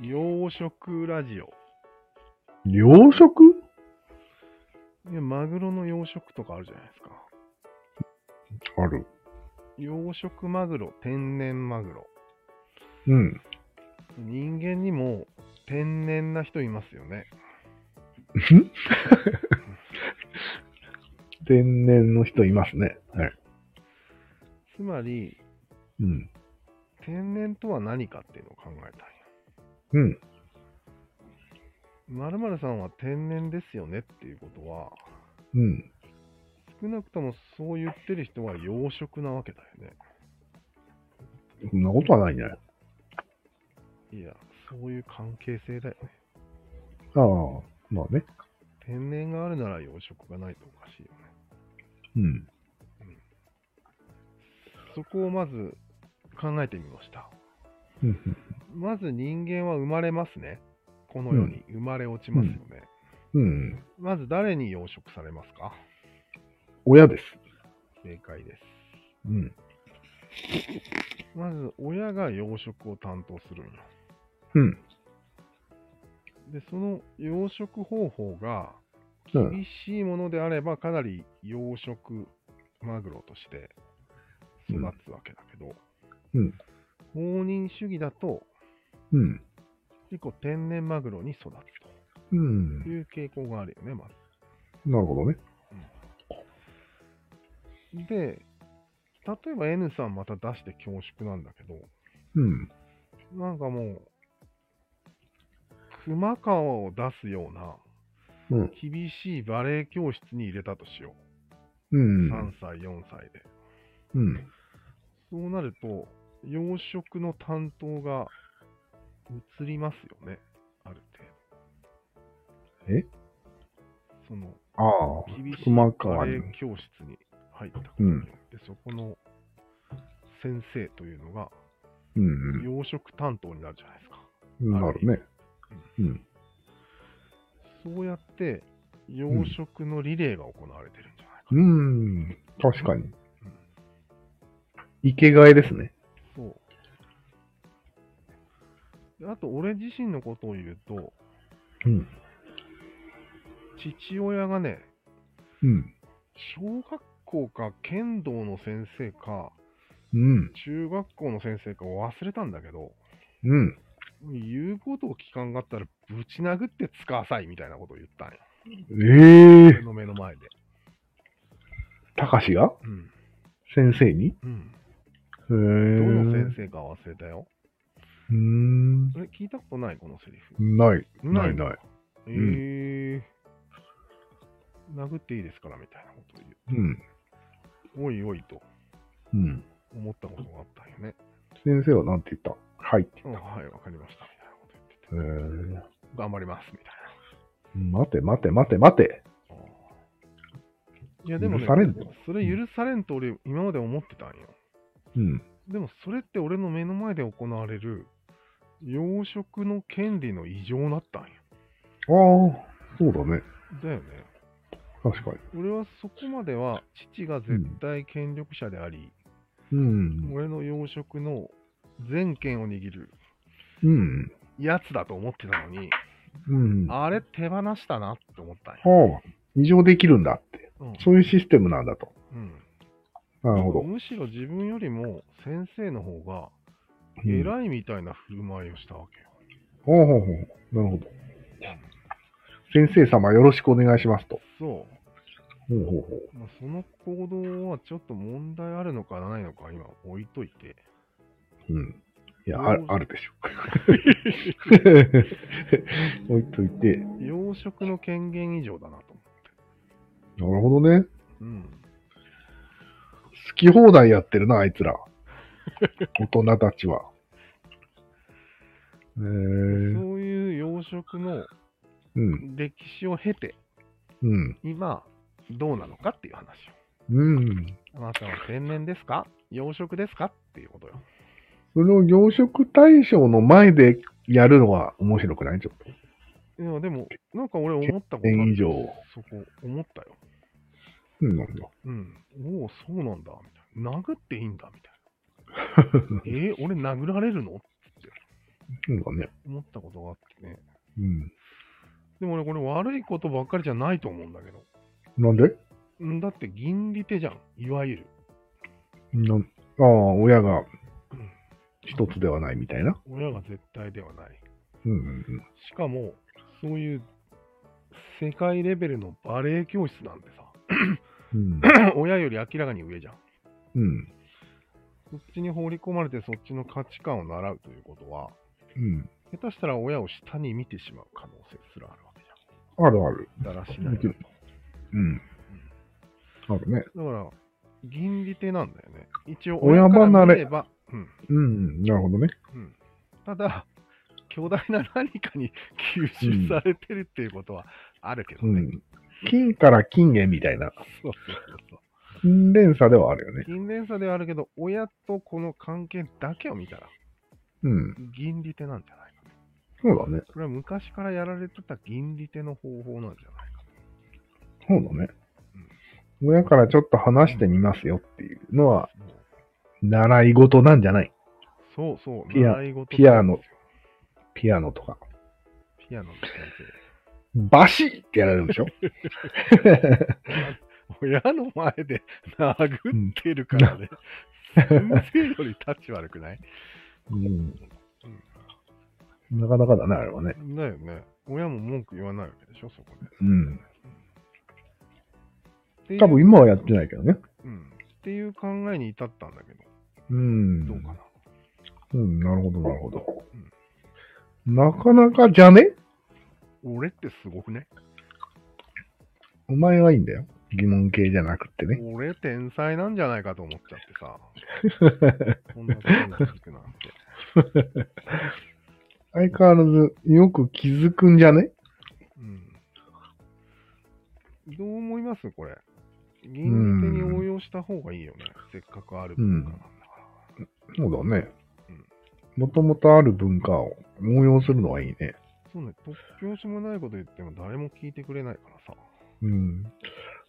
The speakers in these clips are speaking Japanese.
洋食ラジオ。養殖いやマグロの養殖とかあるじゃないですか。ある。養殖マグロ、天然マグロ。うん。人間にも天然な人いますよね。 天然の人いますね。はい。つまり、うん。天然とは何かっていうのを考えたい。うん。まるさんは天然ですよねっていうことは、うん。少なくともそう言ってる人は養殖なわけだよね。そんなことはないね。いや、そういう関係性だよね。ああ、まあね。天然があるなら養殖がないとおかしいよね。うん。そこをまず考えてみました。うんまず人間は生まれますね。この世に生まれ落ちますよね。うん。うん。まず誰に養殖されますか親です。正解です。うん。まず親が養殖を担当するんよ。うん。で、その養殖方法がうん。厳しいものであればかなり養殖マグロとして育つわけだけど、うん放任主義だとうん。結構天然マグロに育つうんと。いう傾向があるよね、まず。なるほどね。で、例えば N さんまた出して恐縮なんだけど、うん。なんかもう、熊川を出すようなうん。厳しいバレエ教室に入れたとしようう。ん。 3歳、4歳で。うん。そうなると、養殖の担当が移りますよね、ある程度。えその、ああ、厳しい熊バ川レにエ。教室に入ったことうにんよって、そこの先生というのがうん。養殖担当になるじゃないですか。なるね。うん。そうやって養殖のリレーが行われてるんじゃないかうな。ん。確かに。生けがいですね。そうで。あと、俺自身のことを言うと、うん。父親がね、うん。小学校か剣道の先生か、うん。中学校の先生か忘れたんだけど、うん。言うことを聞かんかったらぶち殴って使わさいみたいなことを言ったんよ。ええ俺ー。の目の前で。たかしがうん。先生にうん。へえ。どどのの先生か忘れたよ。うーん。あれ聞いたことないこのセリフ。ない。ないない。えうー殴っていいですからみたいなことを言うん。う。おいおいとうん。思ったことがあったんよね。先生はなんて言ったはいってう言んっはい、わかりましたみたいなこと言ってた。へえ。て。頑張りますみたい待て待て待て待て。な。いやでもね許されんの、それ許されんと俺今まで思ってたんよ。うん。でもそれって俺の目の前で行われる養殖の権利の異常だったんよ。ああ、そうだね。だよね。確かに。俺はそこまでは父が絶対権力者であり、うん。俺の養殖の全権を握るうん。やつだと思ってたのに、うん。ああれ手放したなって思ったんあよ。、異常できるんだって。うんそういうシステムなんだと。うなるほどん、。むしろ自分よりも先生の方がうん偉いみたいな振る舞いをしたわけよ。ほうほうほう。なるほど。先生様よろしくお願いしますと。そほうほうほう、まあ、その行動はちょっと問題あるのかないのか今置いといて、う。うん。いや、どうあるあるでしょ。置いといて。養殖の権限以上だなと思って。なるほどね。うん。好き放題やってるな、あいつら。大人たちは。えー、そういう養殖のうん、歴史を経て、うん、今、どうなのかっていう話うん。を。あなたは天然ですか養殖ですかっていうことよ。それを養殖対象の前でやるのは面白くないちょっと。いや、でも、なんか俺思ったこと天あ然る以上。そこ、思ったよ。うん、なるほど。うん。おお、そうなんだ、み たいな。殴っていいんだ、みたいな。えー俺殴られるのそうだね。思ったことがあってね。うん。でもね、これ悪いことばっかりじゃないと思うんだけど。なんでんだって銀利手じゃん。いわゆる。なんああ、親が一つではないみたいな。親が絶対ではない。うんうんしかも、そういう世界レベルのバレエ教室なんてうん。さ、 親より明らかに上じゃん。うん。うん。そっちに放り込まれてそっちの価値観を習うということは、うん。下手したら親を下に見てしまう可能性すらあるわけじあるある。ゃん。だらしないなと。だかうん。あるね。ら、銀利手なんだよね。一応、親離れから見れば、うん、うん。なるほどね。うん。ただ、巨大な何かに吸収されてるっていうことはあるけどうね。ん。金から金へみたいな。そうそうそうそう。金連鎖ではあるよね。金連鎖ではあるけど、親とこの関係だけを見たら、うん。銀利手なんじゃないかね。そうだね。これは昔からやられてた銀利手の方法なんじゃないか。そうだね。親からちょっと話してみますよっていうのは、もう習い事なんじゃないそうそう、ピア習い事ピアノ。ピアノとか。ピアノの先バシッってやられる でしょ生。親の前で殴ってるから ね。先生よりタッチ悪くないうん。なかなかだね、あれはね。だよね。親も文句言わないわけでしょ、そこで。うん。っていう多分今はやってないけどね。うん。っていう考えに至ったんだけど、うん。どうかな。うん、なるほど、なるほど。なかなかじゃね俺ってすごくね。お前はいいんだよ。疑問系じゃなくってね。俺天才なんじゃないかと思っちゃ ってさ。こんなことに気づくなんて。相変わらず、よく気づくんじゃねうん。どう思いますこれ。銀手に応用した方がいいよね。せっかくある文化なんだから。そうだね。もともとある文化を応用するのはいいね。そうね、突拍子もないこと言っても誰も聞いてくれないからさ。うん。だ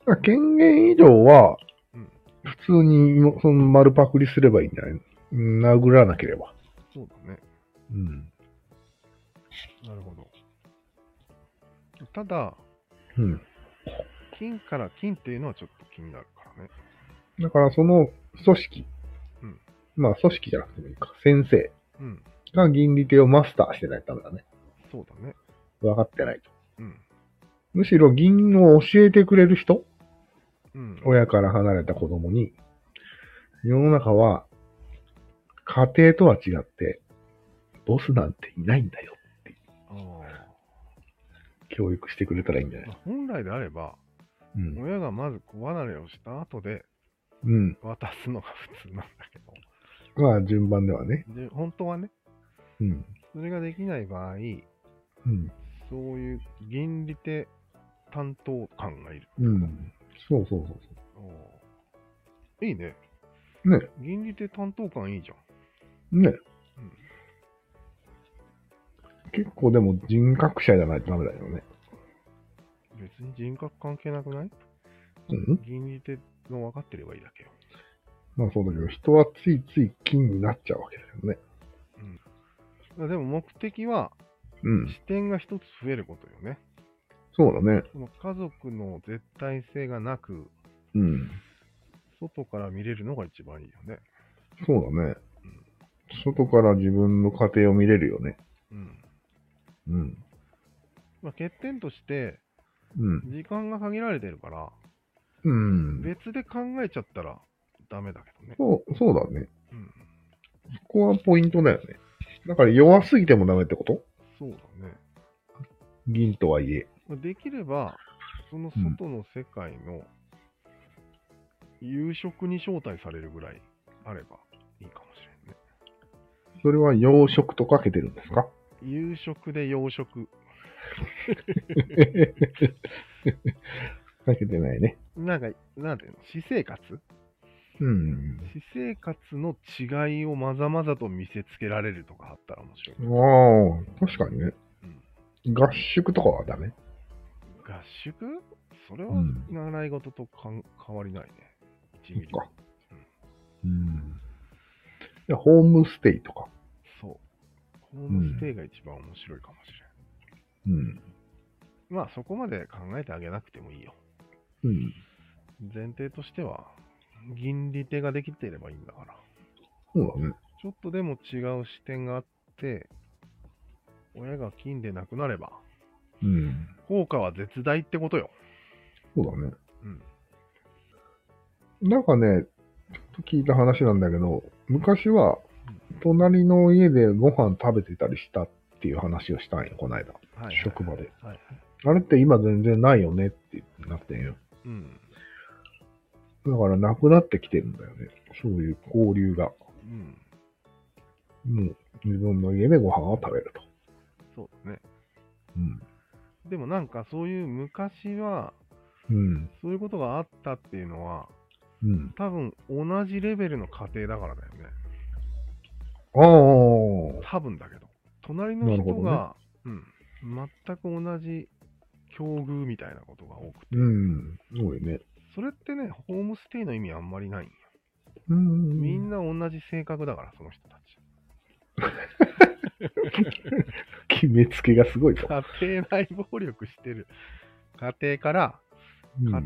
から権限以上はうん、普通に今その丸パクリすればいいんじゃないの殴らなければ。そうだね。うん。なるほど。ただ、うん。金から金っていうのはちょっと気になるからね。だからその組織、うんまあ組織じゃなくてもいいか、先生うん、が銀利手をマスターしてないとダメだね。そうだね。分かってないと。うん。むしろ銀を教えてくれる人、うん、親から離れた子供に、世の中は家庭とは違って、ボスなんていないんだよ。あー教育してくれたらいいんじゃないまあ本来であれば、うん。親がまず子離れをした後でうん。渡すのが普通なんだけまあ、順番ではね。ど、で本当はね、うん。それができない場合、うん。そういう銀利手担当官がいる。うん。そうそうそうおーいいね。そう。ね。銀利手担当官いいじゃん。ね。結構でも人格者じゃないとダメだよね。別に人格関係なくないうん。銀利手の分かってればいいだけよ。まあそうだけど、人はついつい金になっちゃうわけだよね。でも目的はうん。視点が一つ増えることよね。そうだね。その家族の絶対性がなく、うん。外から見れるのが一番いいよね。そうだね。外から自分の家庭を見れるよね。うん。うん。まあ、欠点として、うん。時間が限られてるから、うん。別で考えちゃったらダメだけどね。そう、そうだね。うん。そこはポイントだよね。だから弱すぎてもダメってことそうだね。銀とはいえ。まあできれば、そのうん外の世界の夕食に招待されるぐらいあればいいかもしれんね。それは養殖とかけてるんですか夕食で洋食。 かけてないね。なんか、なんていうの私生活うん。私生活の違いをまざまざと見せつけられるとかあったら面白い。ああ、確かにね。合宿とかはダメ。合宿それはうん習い事とかん変わりないね。1ミリもそっうん。いや、ホームステイとか。そう。ホームステイが一番面白いかもしれない。うん。ん、まあそこまで考えてあげなくてもいいよ。うん。前提としては、銀利手ができていればいいんだから。そうだね。ちょっとでも違う視点があって、親が金でなくなれば、うん。効果は絶大ってことよ。そうだね。うん。なんかね、ちょっと聞いた話なんだけど、昔は、隣の家でご飯食べてたりしたっていう話をしたんよ、この間。はい、はい。職場で。はい。あれって今全然ないよねってなってんよ。うん。だからなくなってきてるんだよね。そういう交流が。うん。もう自分の家でご飯を食べると。そうだね。うん。でもなんかそういう昔は、うん。そういうことがあったっていうのは、うん。多分同じレベルの家庭だからだよね。ああ。多分だけど。隣のなる人ほどねが、うん。全く同じ境遇みたいなことが多くて。うん。そうよね。それってね、ホームステイの意味あんまりないんよ。うん。みんな同じ性格だから、その人たち。決めつけがすごいと。家庭内暴力してる家庭から、うん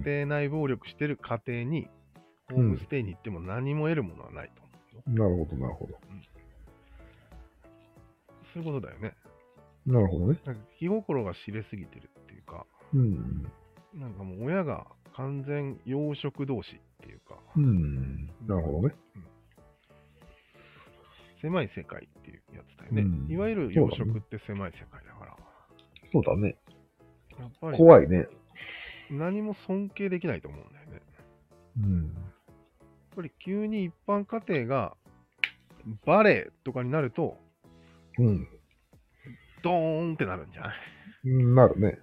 家庭内暴力してる家庭に、ホームステイに行っても何も得るものはないと思うよ。なるほど、なるほど。そういうことだよね。なるほどね。なんか気心が知れすぎてるっていうか、うん。なんかもう親が完全養殖同士っていうか、うん。なるほどね。狭い世界っていうやつだよね。うんいわゆる養殖って狭い世界だから、そうだね。やっぱり怖いね。何も尊敬できないと思うんだよね。やっうん。ぱり急に一般家庭がバレエとかになると、うんドーンってなるんじゃない、うん。なるね。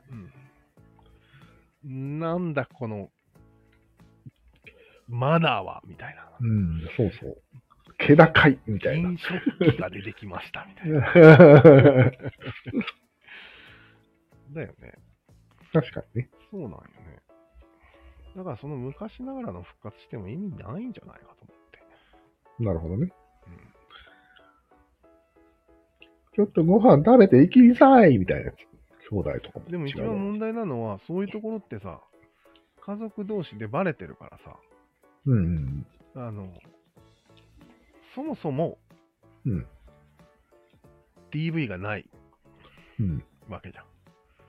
うん、なんだこのマナーはみたいな。うん。そうそう。気高いみたいな。飲食器が出てきましたみたい な。だよね。確かにね。そうなんよね。だからその昔ながらの復活しても意味ないんじゃないかと思って。なるほどね。うんちょっとご飯食べていきなさいみたいなやつ。兄弟とかも違う。でも一番問題なのは、そういうところってさ、家族同士でバレてるからさ、うんうんあの、そもそもうん。うん。 DV がないうん。わけじゃん。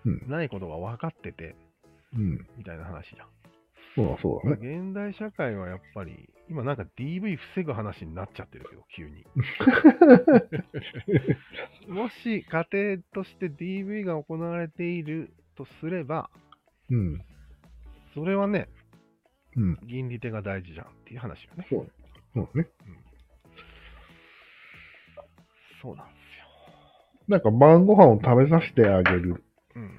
うんないことが分かってて、うん。みたいな話じゃん。そうだそうだね。現代社会はやっぱり、今なんか DV 防ぐ話になっちゃってるけど、急 に。もし家庭として DV が行われているとすれば、うん。それはね、うん。銀利手が大事じゃんっていう話よね。そう。そうだね。そうなんですなんか晩ご飯を食べさせてあげるよ。うん。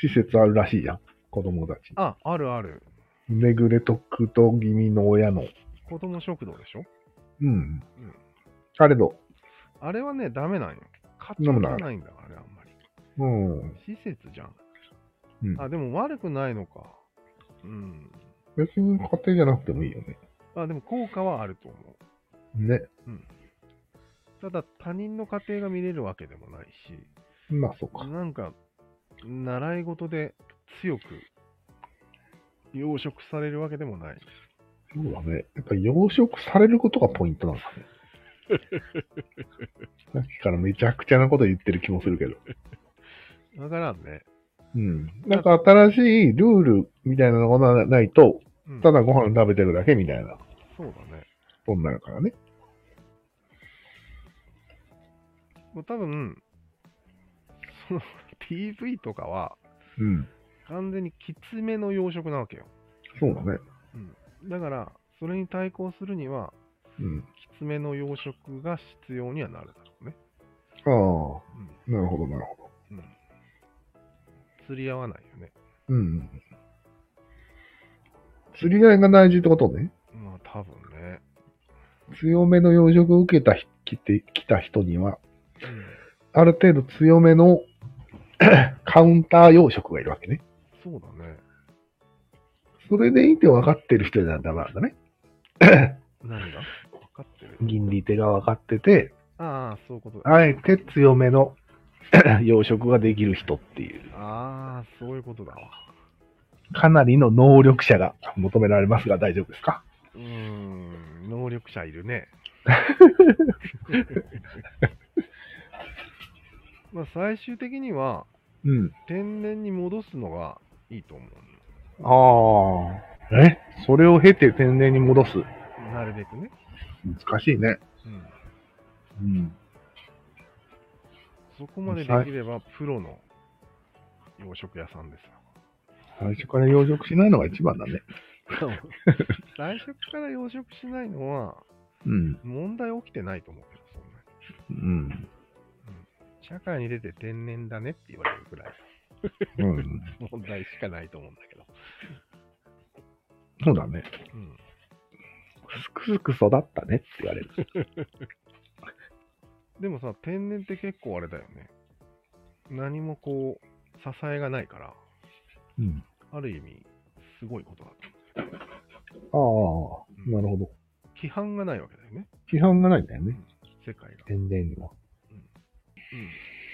施設あるらしいやん。子供たちに。あ、あるある。めぐれとくと気味の親の。子供食堂でしょうん。あれど。あれはね、ダメなんよ。買っダメちなゃのないんだからね、あんまり。うん。施設じゃん。うんあ、でも悪くないのか。うん。別に家庭じゃなくてもいいよね。あ、でも効果はあると思う。ね。ただ他人の家庭が見れるわけでもないし、まあ、そうか。なんか習い事で強く養殖されるわけでもない。そうだね。やっぱ養殖されることがポイントなんだね。さっきからめちゃくちゃなこと言ってる気もするけど。わからんね。うん。なんか新しいルールみたいなのがないと、うん、ただご飯食べてるだけみたいな、そうだね。そんなのからね。もう多分、その TV とかはうん。完全にきつめの養殖なわけよ。そうだね。だから、それに対抗するには、うん。きつめの養殖が必要にはなるだろうね。ああ、なるほど、なるほうん。うん。釣り合わないよね。ど。うん。釣り合いが大事ってことね。まあ多分ね。強めの養殖を受けた人、来てきた人には、うんある程度強めの カウンター養殖がいるわけね。そうだね。それでいいって分かってる 人じゃダメなんだね。何が分かってる。銀利手が分かってて、ああ、そういうことだ。あえて強めの 養殖ができる人っていう、ああ、そういうことだわ。かなりの能力者が求められますが大丈夫ですかうーん、能力者いるね。まあ最終的にはうん。天然に戻すのがいいと思ああ。えそれを経て天然に戻す。う。なるべくね。難しいね。うん、うん。そこまでできればプロの洋食屋さんですよ。最初から養殖しないのが一番だね。最初から養殖しないのはうん。問題起きてないと思うけど、そんなうん。社会に出て天然だねって言われるくらいうん。問題しかないと思うんだけど。そうだね。うん、すくすく育ったねって言われる。でもさ、天然って結構あれだよね。何もこう、支えがないから、うん。ある意味、すごいことだと思ああ、う。なるほど。うん規範がないわけだよね、批判がないんだよね。世界が。天然には。うん、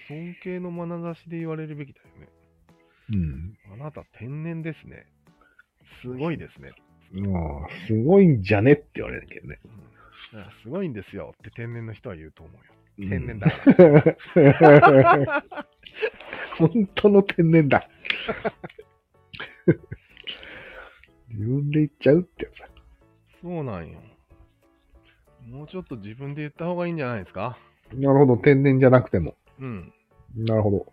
尊敬の眼差しで言われるべきだよね。うん。あなた天然ですね。すごいですね。ああ、すごいんじゃねって言われるけどね。うん、だからすごいんですよって天然の人は言うと思うよ。天然だから。 うん。 本当の天然だ。自分で言っちゃうってやつだ。そうなんよ。もうちょっと自分で言った方がいいんじゃないですかなるほど、天然じゃなくても。うん。なるほど。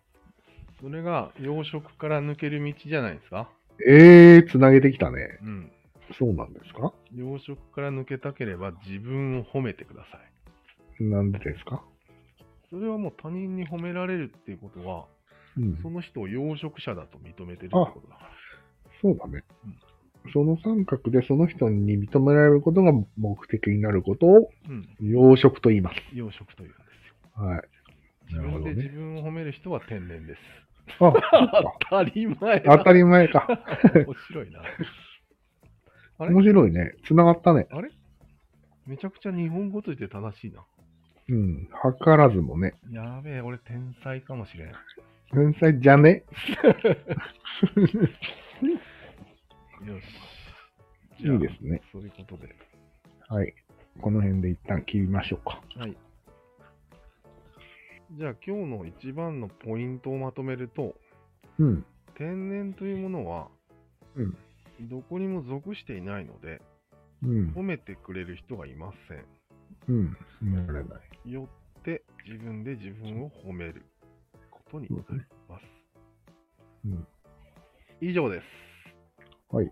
それが養殖から抜ける道じゃないですかええー、つなげてきたね。うん。そうなんですか養殖から抜けたければ自分を褒めてください。なんでですかそれはもう他人に褒められるっていうことは、うんその人を養殖者だと認めてるってことだから。そうだね。その三角でその人に認められることが目的になることをうん。養殖と言います。養殖というんではい。すよ。自分なるほどでね自分を褒める人は天然です。あ、そっ か当たり前だ当たり前か。面白いな。 あれ面白いね。繋がったね。めちゃくちゃ日本語として正しいな。うん。図らずもね。やべえ、俺天才かもしれん。天才じ ゃねよし。いいですね。そういうことで。はい。この辺で一旦切りましょうか。はい。じゃあ今日の一番のポイントをまとめると、うん。天然というものは、うんどこにも属していないので、うん褒。めてくれる人がいません。うん。ならない。よって、自分で自分を褒めることになります。うん以上です。はい。